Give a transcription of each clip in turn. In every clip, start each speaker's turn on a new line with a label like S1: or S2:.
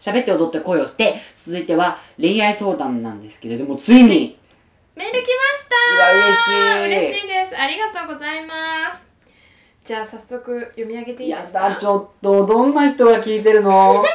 S1: 喋って踊って声をして、続いては恋愛相談なんですけれども、つい に、
S2: メール
S1: う
S2: 来
S1: わ
S2: ました
S1: 嬉しい
S2: 嬉しいですありがとうございますじゃあ早速読み上げていいで
S1: や
S2: すか
S1: だ、ちょっと、どんな人が聞いてる の
S2: なんか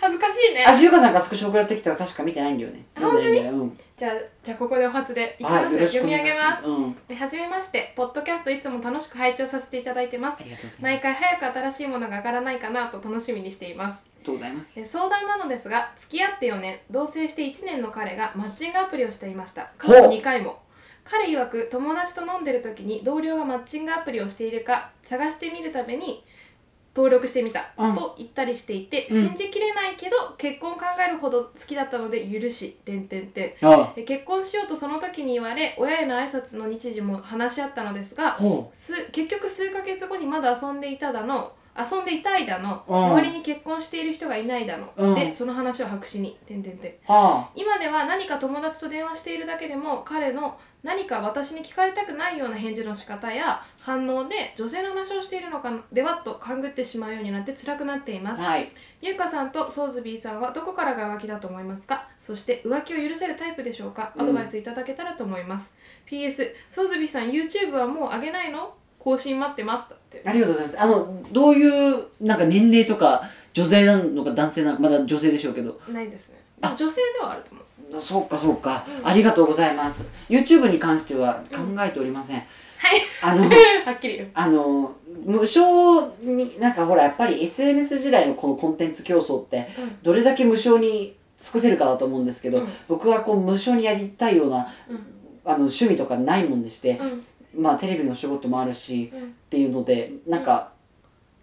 S2: 恥ずかしいね
S1: あ、しゆかさんがスクショ送られてきたら確か見てないんだよね。
S2: あ
S1: 読んでないんだよ。うん。
S2: じゃあじゃあここでお初でいきます
S1: はい、よろしく
S2: 読
S1: お
S2: み
S1: 願
S2: 上
S1: い
S2: げ
S1: し
S2: ま
S1: ますす。うん。
S2: えはじめましてポッドキャストいつも楽しく拝聴させていただいてます
S1: ありがとうございます。
S2: 毎回
S1: あり
S2: 早く新しいものが上がらないかなと楽しみにしています
S1: がとうございます。
S2: え相談なのですが付き合って4年同棲して1年の彼がマッチングアプリをしていました過
S1: ほう
S2: 去2回も彼曰く友達と飲んでる時に同僚がマッチングアプリをしているか探してみるために登録してみた、
S1: うん
S2: と言ったりしていて、
S1: うん
S2: 信じきれないけど結婚を考えるほど好きだったので許し点点点
S1: あ
S2: え結婚しようとその時に言われ親への挨拶の日時も話し合ったのですが
S1: ほ
S2: す結局数ヶ月後にまだ遊んでいただの遊んでいたいだの、
S1: うん
S2: 周りに結婚している人がいないだの、
S1: うん
S2: でその話を白紙にてんてんてん
S1: う。は
S2: 今では何か友達と電話しているだけでも彼の何か私に聞かれたくないような返事の仕方や反応で女性の話をしているのかではと勘ぐってしまうようになって辛くなっていま
S1: あ。
S2: す
S1: はい。
S2: ゆうかさんとソーズビーさんはどこからが浮気だと思いますかそして浮気を許せるタイプでしょうか
S1: うん
S2: アドバイスいただけたらと思います、PS ソーズビーさん YouTube はもう上げないの更新待ってますだって
S1: ありがとうございます。あの、どういう、なんか年齢とか、女性なのか男性なのか、まだ女性でしょうけど。
S2: ないですねで
S1: あ
S2: も女性ではあると思う
S1: そうかそうか、
S2: うん
S1: ありがとうございます YouTube に関しては考えておりません、あ の
S2: はっきり言う
S1: あの無償になんかほらやっぱり SNS 時代のこのコンテンツ競争って
S2: うん
S1: どれだけ無償に尽くせるかだと思うんですけど、
S2: うん
S1: 僕はこう無償にやりたいようなあの趣味とかないもんでして、
S2: うんうん
S1: まあテレビの仕事もあるし
S2: うん
S1: っていうのでなんか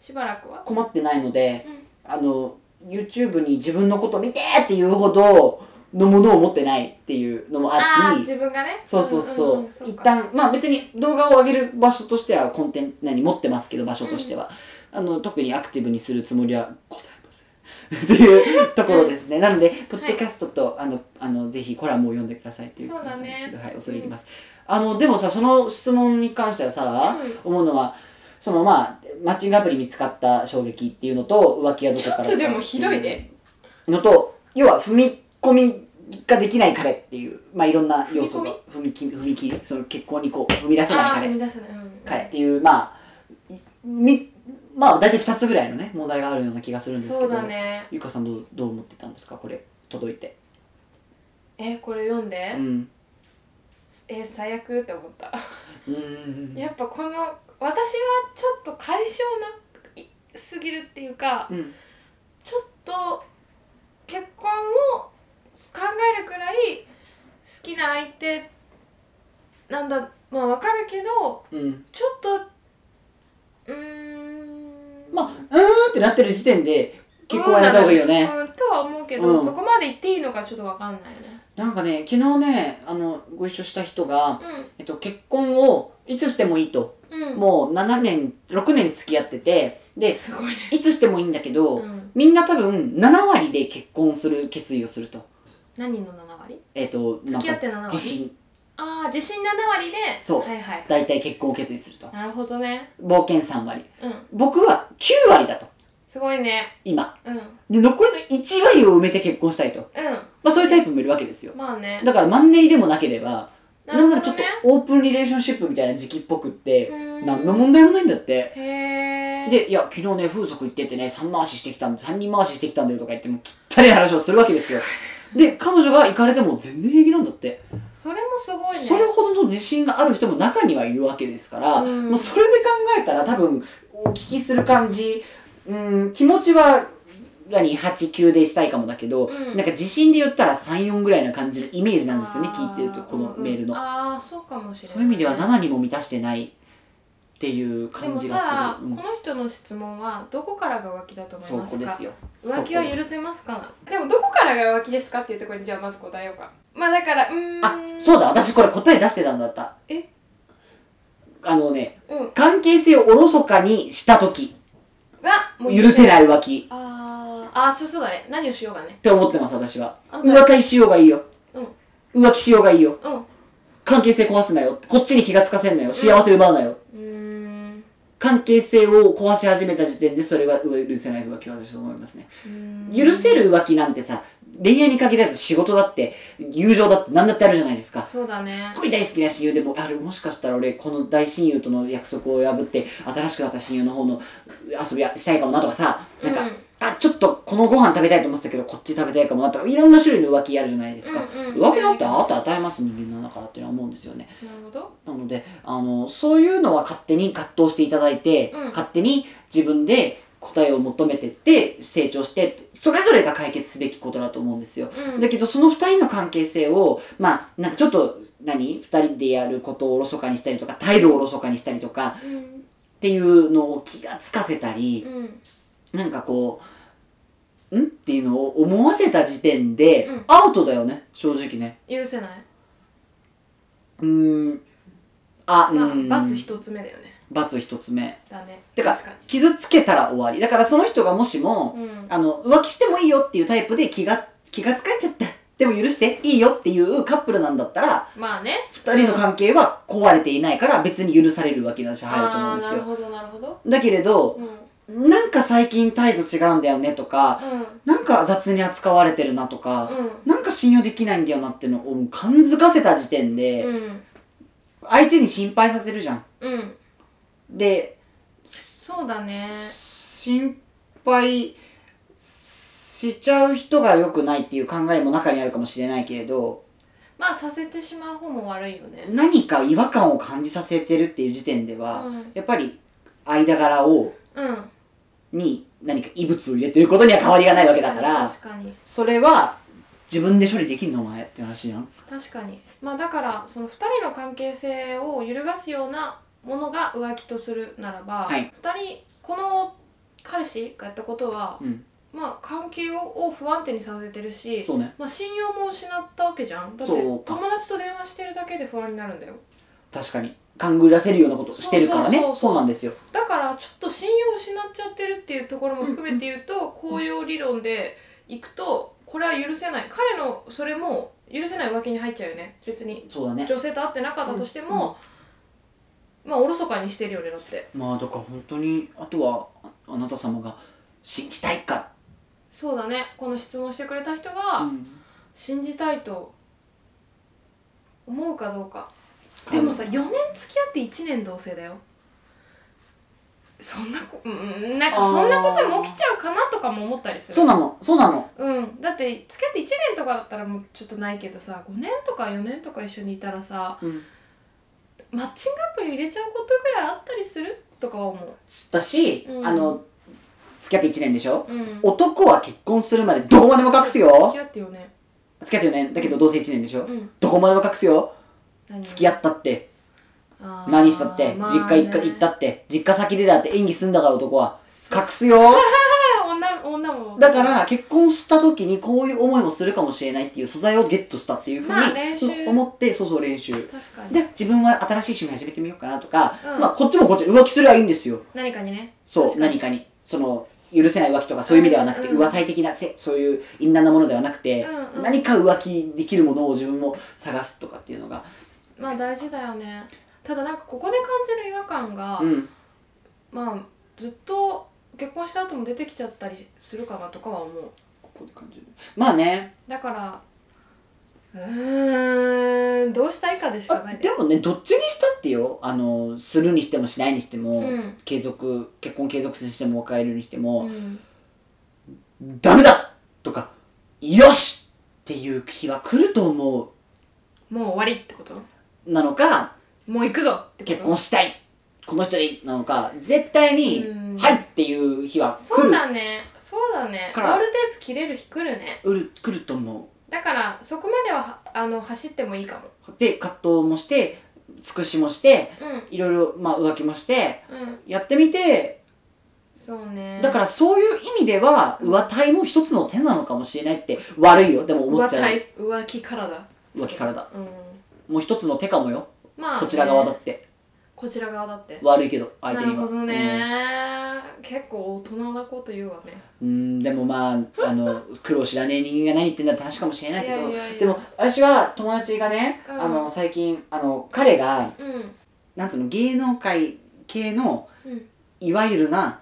S2: しばらくは
S1: 困ってないので、
S2: うん
S1: あの YouTube に自分のこと見てっていうほどのものを持ってないっていうのもあ
S2: あ
S1: っ
S2: あ
S1: て
S2: 自分がね
S1: そうそうそう,、
S2: んんんそ
S1: 一
S2: か
S1: 旦まあ別に動画を上げる場所としてはコンテンツ何持ってますけど場所としては、あの特にアクティブにするつもりはございませんっていうところですね、なのでポッドキャストと、あのあのぜひコラムを読んでくださいっていう
S2: そう
S1: な
S2: だね
S1: んですけど、はい恐れ入ります、あのでもさその質問に関してはさ、
S2: うん
S1: 思うのはそのまあマッチングアプリ見つかった衝撃っていうのと浮気はどこからか
S2: ちょっとでもひどいね
S1: のと要は踏み込みができない彼っていうまあいろんな要素が踏み切り踏み切りその結婚にこう踏み出せない
S2: ああー踏
S1: 彼
S2: み出せないうん
S1: 彼っていうまあいみまあ大体2つぐらいのね問題があるような気がするんですけど
S2: そうだね
S1: ゆかさんどうどう思ってたんですかこれ届いて
S2: えこれ読んで、
S1: うん
S2: え最悪って思った
S1: うーん
S2: やっぱこの私はちょっと解消なすぎるっていうか
S1: うん
S2: ちょっと結婚を考えるくらい好きな相手なんだまあわかるけど
S1: うん
S2: ちょっとうーん
S1: まあうーんってなってる時点で結婚はやめた方がいいよね、
S2: うんとは思うけど、
S1: うん
S2: そこまで言っていいのかちょっとわかんないね
S1: なんかね昨日ねあのご一緒した人が、
S2: う
S1: えっと、結婚をいつしてもいいと
S2: んうん
S1: もう7年、6年付き合ってて、で、
S2: すごいね
S1: いつしてもいいんだけど、
S2: うん
S1: みんな多分7割で結婚する決意をすると。
S2: 何人の7割
S1: えっ、と、な
S2: 付
S1: ん
S2: き合っ
S1: か、
S2: て7
S1: 自
S2: 割
S1: 信。
S2: ああ自信7割で
S1: そう
S2: はいはい
S1: 大体結婚を決意すると。
S2: なるほどね
S1: 冒険3割。
S2: うん
S1: 僕は9割だと。
S2: すごいね
S1: 今。
S2: うんうん
S1: で、残りの1割を埋めて結婚したいと。まあそういうタイプもいるわけですよ。
S2: まあね
S1: だからマンネリでもなければ、
S2: な
S1: なんな
S2: る
S1: ら
S2: ほ
S1: ちょ
S2: ど
S1: っと
S2: ね
S1: オープンリレーションシップみたいな時期っぽくって、
S2: うーん
S1: 何の問題もないんだって。
S2: へえ
S1: で、いや、昨日ね、風俗行っててね、3回ししてきたんだ、3人回ししてきたんだよとか言って、もうきったり話をするわけですよ。で、彼女が行かれても全然平気なんだって。
S2: それもすごいね
S1: それほどの自信がある人も中にはいるわけですから、
S2: うん
S1: もうそれで考えたら多分、お聞きする感じ、うん、気持ちは、何、8、9でしたいかもだけど、
S2: うん
S1: なんか自信で言ったら3、4ぐらいな感じのイメージなんですよね、
S2: あ
S1: 聞いてると、このメールの。
S2: うんうんああそうかもしれない
S1: そういう意味では7にも満たしてないっていう感じがする。
S2: でもただ、この人の質問はどこからが浮気だと
S1: うん、
S2: 思い
S1: そ
S2: ま
S1: こ
S2: す
S1: で
S2: か
S1: すよ。
S2: 浮気は
S1: そこです
S2: 許せますかでもどこからが浮気ですかっていうところにじゃあまず答えようかまあだからうーん
S1: あ、そうだ、私これ答え出してたんだった。
S2: え
S1: あのね、
S2: うん
S1: 関係性をおろそかにしたとき、
S2: がもう
S1: 許せ
S2: い
S1: ない浮気
S2: あーあーそうそうだね何をしようがね
S1: って思ってます、私は。
S2: あんた
S1: 浮気しようがいいよ。浮気しようがいいよ。
S2: うんう
S1: 関係性壊すなよ。こっちに気がつかせんなよ。幸せ奪うなよ。
S2: ーん
S1: 関係性を壊し始めた時点でそれは許せない浮気は私は思いますね。許せる浮気なんてさ、恋愛に限らず仕事だって、友情だって何だってあるじゃないですか。
S2: そうだね
S1: すっごい大好きな親友でも、あれもしかしたら俺、この大親友との約束を破って、新しくなった親友の方の遊びはしたいかもなとかさ、なんか、
S2: うん
S1: あ、ちょっとこのご飯食べたいと思ってたけど、こっち食べたいかもなとか、いろんな種類の浮気あるじゃないですか。
S2: うんうん
S1: 浮気なんてあと与えます人間なんだからっていうのは思うんですよね。
S2: なるほど
S1: なのであのそういうのは勝手に葛藤していただいて、
S2: うん
S1: 勝手に自分で答えを求めてって成長してそれぞれが解決すべきことだと思うんですよ。
S2: うん
S1: だけどその2人の関係性をまあなんかちょっと何2人でやることをおろそかにしたりとか態度をおろそかにしたりとか
S2: うん
S1: っていうのを気がつかせたり、
S2: うん
S1: なんかこう「ん?」っていうのを思わせた時点で、
S2: うん
S1: アウトだよね正直ね。
S2: 許せない、
S1: うーんあ、
S2: ま
S1: うーん
S2: あ、バス一つ目だよね
S1: 罰一つ目
S2: だね
S1: てか
S2: 確か
S1: 傷つけたら終わりだからその人がもしも、
S2: にうん
S1: あの浮気してもいいよっていうタイプで気が気がつかれちゃったでも許していいよっていうカップルなんだったら
S2: まあね
S1: 2人の関係は壊れていないから別に許されるわけだし入ると思うん
S2: ああー
S1: で
S2: な
S1: す
S2: る
S1: よ
S2: ほどなるほど
S1: だけれど
S2: うんうん
S1: なんか最近態度違うんだよねとかなんか雑に扱われてるなとかなんか信用できないんだよなっていうのを感づかせた時点で
S2: うんうん
S1: 相手に心配させるじゃん
S2: うん
S1: で
S2: そうだね
S1: 心配しちゃう人が良くないっていう考えも中にあるかもしれないけれど
S2: まあさせてしまう方も悪いよね
S1: 何か違和感を感じさせてるっていう時点で
S2: う
S1: は、
S2: ん
S1: やっぱり間柄を
S2: うん
S1: に何か異物を入れてることには変わりがないわけだから
S2: 確かに
S1: それは自分で処理できんのお前って話じゃん
S2: 確かにまあだからその2人の関係性を揺るがすようなものが浮気とするならば、
S1: はい
S2: 2人この彼氏がやったことは、
S1: うん
S2: まあ関係を不安定にさせてるし、
S1: そうね
S2: まあ、信用も失ったわけじゃんだって
S1: そう
S2: 友
S1: か
S2: 達と電話してるだけで不安になるんだよ
S1: 確かに勘ぐらせるようなことしてるからね
S2: そうそうそうそう
S1: そうなんですよ
S2: だからちょっと信用を失っちゃってるっていうところも含めて言うと紅葉理論でいくとこれは許せない彼のそれも許せない浮気に入っちゃうよね別に
S1: そうだね
S2: 女性と会ってなかったとしても、まあおろそかにしてるよねだって
S1: まあだから本当にあとはああなた様が信じたいか、
S2: そうだねこの質問してくれた人が
S1: うん
S2: 信じたいと思うかどうか、でもさ4年付き合って1年同棲だよそんなこうんなんかそんなことも起きちゃうかなとかも思ったりする
S1: そうなのそうなの
S2: うん、だって付き合って1年とかだったらもうちょっとないけどさ5年とか4年とか一緒にいたらさ
S1: うん
S2: マッチングアプリ入れちゃうことぐらいあったりするとかは思
S1: だし、
S2: うん
S1: あの付き合って1年でしょ
S2: う、うん、
S1: 男は結婚するまでどこまでも隠すよ
S2: 付き合ってよね
S1: 付き合って4年だけどどうせ1年でしょ
S2: うん
S1: どこまでも隠すよ
S2: 何
S1: 付き合ったって
S2: あー
S1: 何したって
S2: まあ
S1: 実家一家
S2: ね
S1: 行ったって実家先でだって演技すんだから男は
S2: そう
S1: 隠すよ
S2: 女女も
S1: だから結婚した時にこういう思いもするかもしれないっていう素材をゲットしたっていうふう
S2: まあ練習
S1: に思ってそうそう練習
S2: 確かに
S1: で自分は新しい趣味始めてみようかなとか、
S2: うん
S1: まあこっちもこっちで浮気すればいいんですよ
S2: 何かにね
S1: そう
S2: 確かに
S1: 何かにその許せない浮気とかそういう意味ではなくて、
S2: うんうん
S1: 浮体的なせそういう淫乱なものではなくて、
S2: うんうん
S1: 何か浮気できるものを自分も探すとかっていうのが、
S2: まあ大事だよねただなんかここで感じる違和感が、
S1: うん、
S2: まあずっと結婚した後も出てきちゃったりするかなとかは思う
S1: ここで感じるまあね
S2: だからうーんどうしたいかでしか
S1: あ
S2: ないね
S1: でもねどっちにしたってよあのするにしてもしないにしても、
S2: うん
S1: 継続結婚継続するにしても別れるにしても、
S2: うん
S1: ダメだとかよしっていう日は来ると思
S2: もう終わりってこと
S1: うなのか
S2: もう行くぞってこと
S1: 結婚したいこの人でいいなのか絶対に、
S2: うん
S1: はいっていう日は来
S2: そ
S1: る
S2: うだねそうだね
S1: か
S2: オ
S1: ら
S2: ールテープ切れる日来るね
S1: うる来ると思
S2: だからそこまでははあの走ってもいいかも
S1: うで葛藤もして尽くしもして
S2: うん
S1: いろいろ、まあ、浮気もして
S2: うん
S1: やってみて
S2: そうね
S1: だからそういう意味では
S2: うん
S1: 浮体も一つの手なのかもしれないって悪いよでも思っちゃう
S2: 浮気浮気からだ
S1: 浮気からだ
S2: うん
S1: もう一つの手かもよ
S2: まあね、
S1: こちら側だって
S2: こちら側だって
S1: 悪いけど
S2: な
S1: 相手
S2: る
S1: には
S2: ほどね、結構大人なこと言うわね
S1: うんうんでもまああの苦労知らねえ人間が何言ってんだって話かもしれないけ
S2: いや
S1: ど
S2: いやいや
S1: でも私は友達がね
S2: うん
S1: あの最近あの彼が
S2: うん
S1: なんつうの芸能界系の
S2: うん
S1: いわゆるな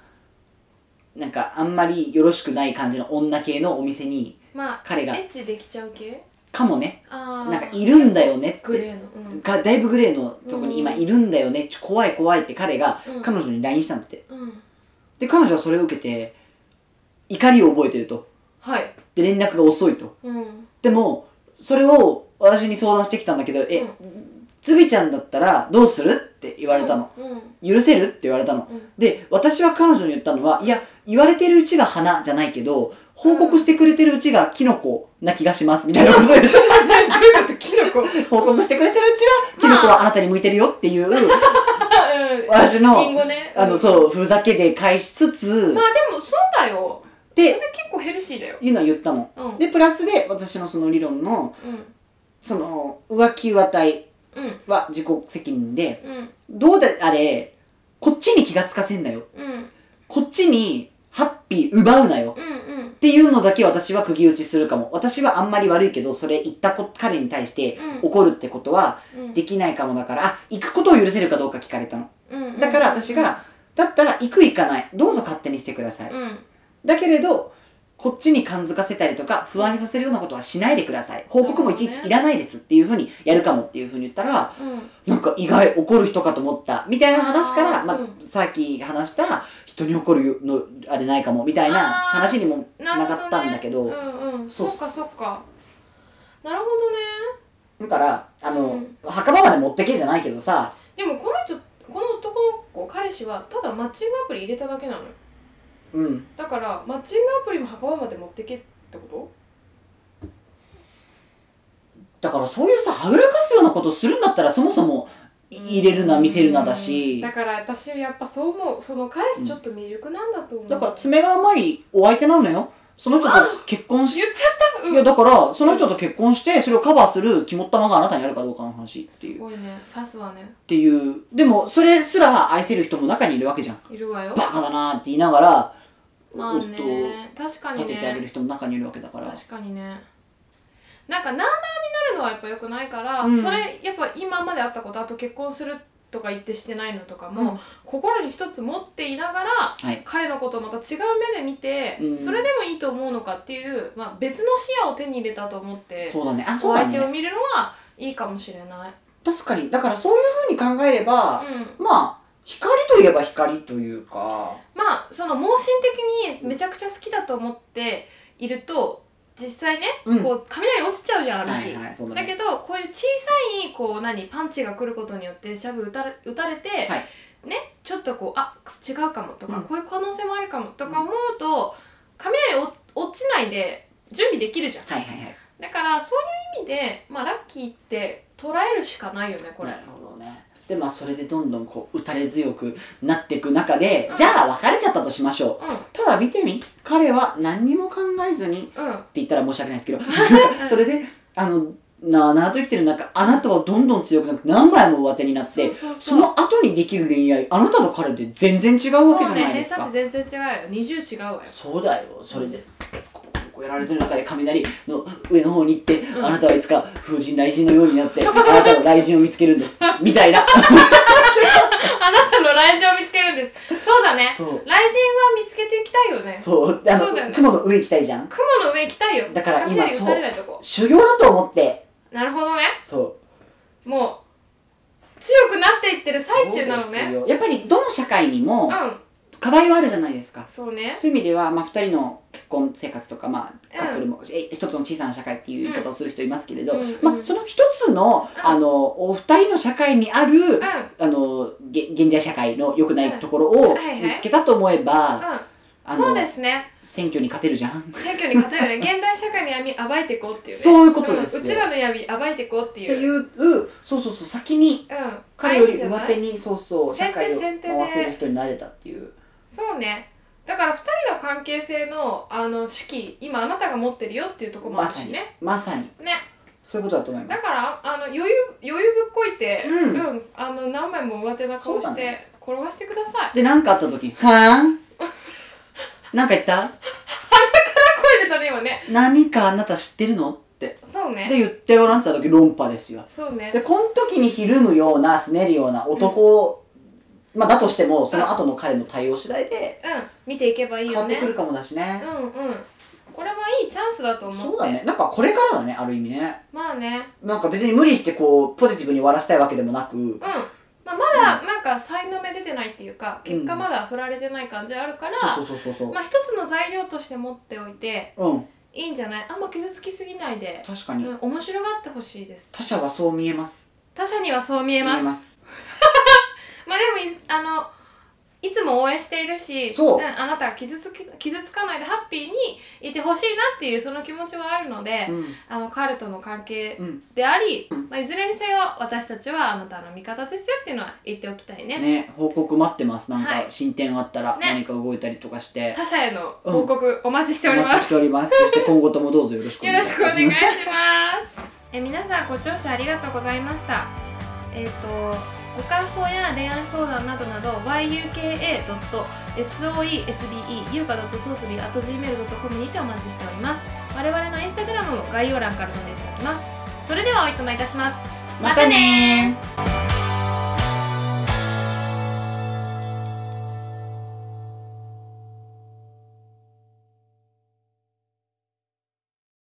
S1: なんかあんまりよろしくない感じの女系のお店に
S2: まあ
S1: 彼が
S2: エッチできちゃう系
S1: かもね
S2: ああ
S1: なんかいるんだよねっ
S2: グ
S1: て
S2: レーのうん
S1: がだいぶグレーのとこに今いるんだよねちょ怖い怖いって彼が
S2: うん
S1: 彼女に LINE したんだって
S2: うん
S1: で彼女はそれを受けて怒りを覚えてると
S2: はい
S1: で連絡が遅いと
S2: うん
S1: でもそれを私に相談してきたんだけど「えつびちゃんだったらどうする?」って言われたの
S2: うん うん
S1: 「許せる?」って言われたの
S2: うん
S1: で私は彼女に言ったのはいや言われてるうちが花じゃないけど報告してくれてるうちがキノコな気がしますみたいなことでしょ
S2: どういうことキ ノコ
S1: 報告してくれてるうちはキノコはあなたに向いてるよっていう
S2: う
S1: 私
S2: んリン
S1: の
S2: ゴね
S1: あの
S2: う
S1: そうふざけで返しつつ
S2: んまあでもそうだよそ
S1: で
S2: れ結構ヘルシーだよ
S1: いうのは言ったの
S2: うん
S1: でプラスで私のその理論の
S2: うん
S1: その浮気浮体
S2: うん
S1: は自己責任で
S2: うん
S1: どうであれ、こっちに気がつかせんなよ。
S2: うん
S1: こっちにハッピー奪うなよ。
S2: うんうん
S1: っていうのだけ私は釘打ちするかも。私はあんまり悪いけど、それ言ったこ彼に対して
S2: うん
S1: 怒るってことは
S2: うん
S1: できないかもだから、あ、行くことを許せるかどうか聞かれたの。
S2: うん
S1: だから私が、だったら行く行かない。どうぞ勝手にしてください。
S2: うん
S1: だけれど、こっちに感づかせたりとか、不安にさせるようなことはしないでください。報告もいちいちいらないですっていうふうにやるかもっていうふうに言ったら、
S2: うん
S1: なんか意外怒る人かと思ったみたいな話から
S2: あー
S1: まあ
S2: う
S1: さっき話した人に怒るのあれないかもみたいな
S2: あー
S1: 話にもつながったんだけど
S2: なるほねうんうん
S1: そ
S2: そう
S1: っ
S2: っ
S1: す
S2: かそっかなるほどね
S1: だからあの、
S2: うん
S1: 墓場まで持ってけじゃないけどさ
S2: でもこの人この男の子彼氏はただマッチングアプリ入れただけなのよ
S1: うん
S2: だからマッチングアプリも墓場まで持ってけってこ
S1: だからそういうさはぐらかすようなことするんだったらそもそも
S2: と
S1: 入れるな見せるなだ
S2: うん
S1: し
S2: だから私やっぱそう思うその彼氏ちょっと未熟なんだと思う、
S1: だから爪が甘いお相手なのよその人と結婚し
S2: 言っちゃった
S1: いうや
S2: ん
S1: だからその人と結婚してそれをカバーする肝っ玉があなたにあるかどうかの話って
S2: す
S1: いうっ
S2: ごいね刺すわね
S1: ていうでもそれすら愛せる人も中にいるわけじゃん
S2: いるわよ
S1: バカだなって言いながら、
S2: まあね確か
S1: 夫を
S2: に
S1: 立ててあげる
S2: ね
S1: 人も中にいるわけだから
S2: 確かにねなんかなーなーになるのはやっぱ良くないから、
S1: うん
S2: それやっぱ今まであったことあと結婚するとか言ってしてないのとかも、
S1: うん
S2: 心に一つ持っていながら、
S1: はい
S2: 彼のことをまた違う目で見て、
S1: うん
S2: それでもいいと思うのかっていう、まあ、別の視野を手に入れたと思って
S1: そうだねあそ
S2: お
S1: うだ
S2: 相手を
S1: ね
S2: 見るのはいいかもしれない。
S1: 確かにだからそういうふうに考えれば、
S2: うん
S1: まあ光といえば光というか
S2: まあその盲信的にめちゃくちゃ好きだと思っていると実際ね、
S1: うん
S2: こう雷落ちちゃうじゃんある日、
S1: はいはいそうだ
S2: だ
S1: ね
S2: けどこういう小さいこう何パンチが来ることによってシャブ打たれ打たれて、
S1: はい
S2: ねちょっとこうあ違うかもとか、
S1: うん
S2: こういう可能性もあるかもとか思うと、雷落落ちないで準備できるじゃん
S1: はいはいはい
S2: だからそういう意味で、まあ、ラッキーって捉えるしかないよねこれ
S1: なるほどねでまあそれでどんどんこう打たれ強くなっていく中で、
S2: うん
S1: じゃあ別れちゃったとしましょう
S2: うん
S1: ただ見てみ彼は何にも考えずにって
S2: うん
S1: 言ったら申し訳ないですけどなん かそれであのなあなあと生きてる中あなたはどんどん強くなって何枚も上手になって
S2: うそう
S1: その後にできる恋愛あなたの彼で全然違うわけじ
S2: そ
S1: ゃ
S2: う
S1: な
S2: ね
S1: いで
S2: 偏
S1: すか
S2: 差値全然違うよ20違うわよ
S1: そう,、だよそれでこうこうやられてる中で雷の上の方に行って、
S2: ん
S1: あなたはいつか風神雷神のようになって あなたの雷神を見つけるんですみたいな
S2: あなたの雷神を見つけるんです そうだね
S1: そう
S2: 雷神は見つけていきたいよね
S1: そうあの
S2: そうだよね
S1: 雲の上行きたいじゃん
S2: 雲の上行きたいよ
S1: だから今
S2: 雷打たれないとこ
S1: 修行だと思って
S2: なるほどね
S1: そ
S2: もう強くなっていってる
S1: う
S2: 最中なの
S1: そうです
S2: ね
S1: よやっぱりどの社会に
S2: う
S1: も
S2: ん
S1: 課題はあるじゃないですか
S2: そうね
S1: そういう意味では、まあ、2人の結婚生活とか、まあ、カップルも、え一つの小さな社会っていう言い方をする人いますけれど、
S2: うんうん
S1: まあ、その一つの,、
S2: うん
S1: あのお二人の社会にある、
S2: うんうん
S1: あのげ現在社会の良くないところを
S2: うんはいはい
S1: 見つけたと思えば、あの
S2: そうですね
S1: 選挙に勝てるじゃん。っ
S2: 選挙に勝てるね現代社会の闇暴いていこうっていうね
S1: そういうことですよ
S2: んうちらの闇暴いていこうってい
S1: て
S2: う
S1: いうそうそうそう先に
S2: うん
S1: 彼よ
S2: あいいん
S1: り
S2: じゃ
S1: 上
S2: ない
S1: 手にそうそう社
S2: 先手
S1: 会を
S2: 先手で
S1: 回せる人になれたっていう。
S2: そうねだから2人の関係性のあの式今あなたが持ってるよっていうところもあ
S1: ま
S2: る
S1: さ
S2: し
S1: に
S2: ね、
S1: まさに
S2: ね
S1: そういうことだと思いま
S2: だ
S1: す。
S2: からあの余裕余裕ぶっこいて、
S1: うん
S2: あの何枚も上手な顔
S1: そうだ
S2: して転がしてください、
S1: で何かあった時に「はぁんなんか言った
S2: 声出たね今ね
S1: 何かあなた知ってるの?」って
S2: そうね
S1: で言ってごらんって言った時論破ですよ
S2: そうね
S1: でこの時にひるむようなすねるような男まあ、だとしてもその後の彼の対応次第で
S2: 見ていけばいい
S1: 変
S2: よ
S1: わって
S2: ね
S1: くるかもだしね
S2: うんうんこれはいいチャンスだと思って
S1: そうだねなんかこれからだねある意味ね
S2: まあね
S1: なんか別に無理してこうポジティブに終わらせたいわけでもなく
S2: うん、まあ、まだなんか才能目出てないっていうか結果
S1: うん
S2: まだ振られてない感じあるから、
S1: そうそうそうそう
S2: まあ一つの材料として持っておいて
S1: そううん
S2: いいんじゃないあんま傷つきすぎないで、
S1: 確か
S2: う
S1: に、
S2: ん、面白がってほしいです
S1: 他者はそう見えます
S2: 他者にはそう見えますま
S1: す
S2: あでもいあのいつも応援しているし、
S1: そうん
S2: あなたは傷つき傷つかないでハッピーにいてほしいなっていうその気持ちはあるので、
S1: うん
S2: あのカールとの関係
S1: うん
S2: であり、
S1: うん
S2: まあ、いずれにせよ私たちはあなたの味方ですよっていうのは言っておきたいね
S1: ね報告待ってますなん
S2: はい
S1: か進展あったら
S2: ね
S1: 何か動いたりとかして、
S2: 他者への報告お待ちしており
S1: お
S2: ま
S1: 待ちし
S2: す、
S1: ておりますそして今後ともどうぞよろしくお
S2: よ
S1: 願
S2: ろ
S1: い
S2: し
S1: し
S2: くお
S1: ます
S2: 願いしますえ皆さんご聴取ありがとうございましたえっ、とご感想や恋愛相談などなど yuka.soesbe 優香 .sourcery.gmail.com にてお待ちしております我々のインスタグラムも概要欄から飛んでいただきますそれではおいとまいたします
S1: またねー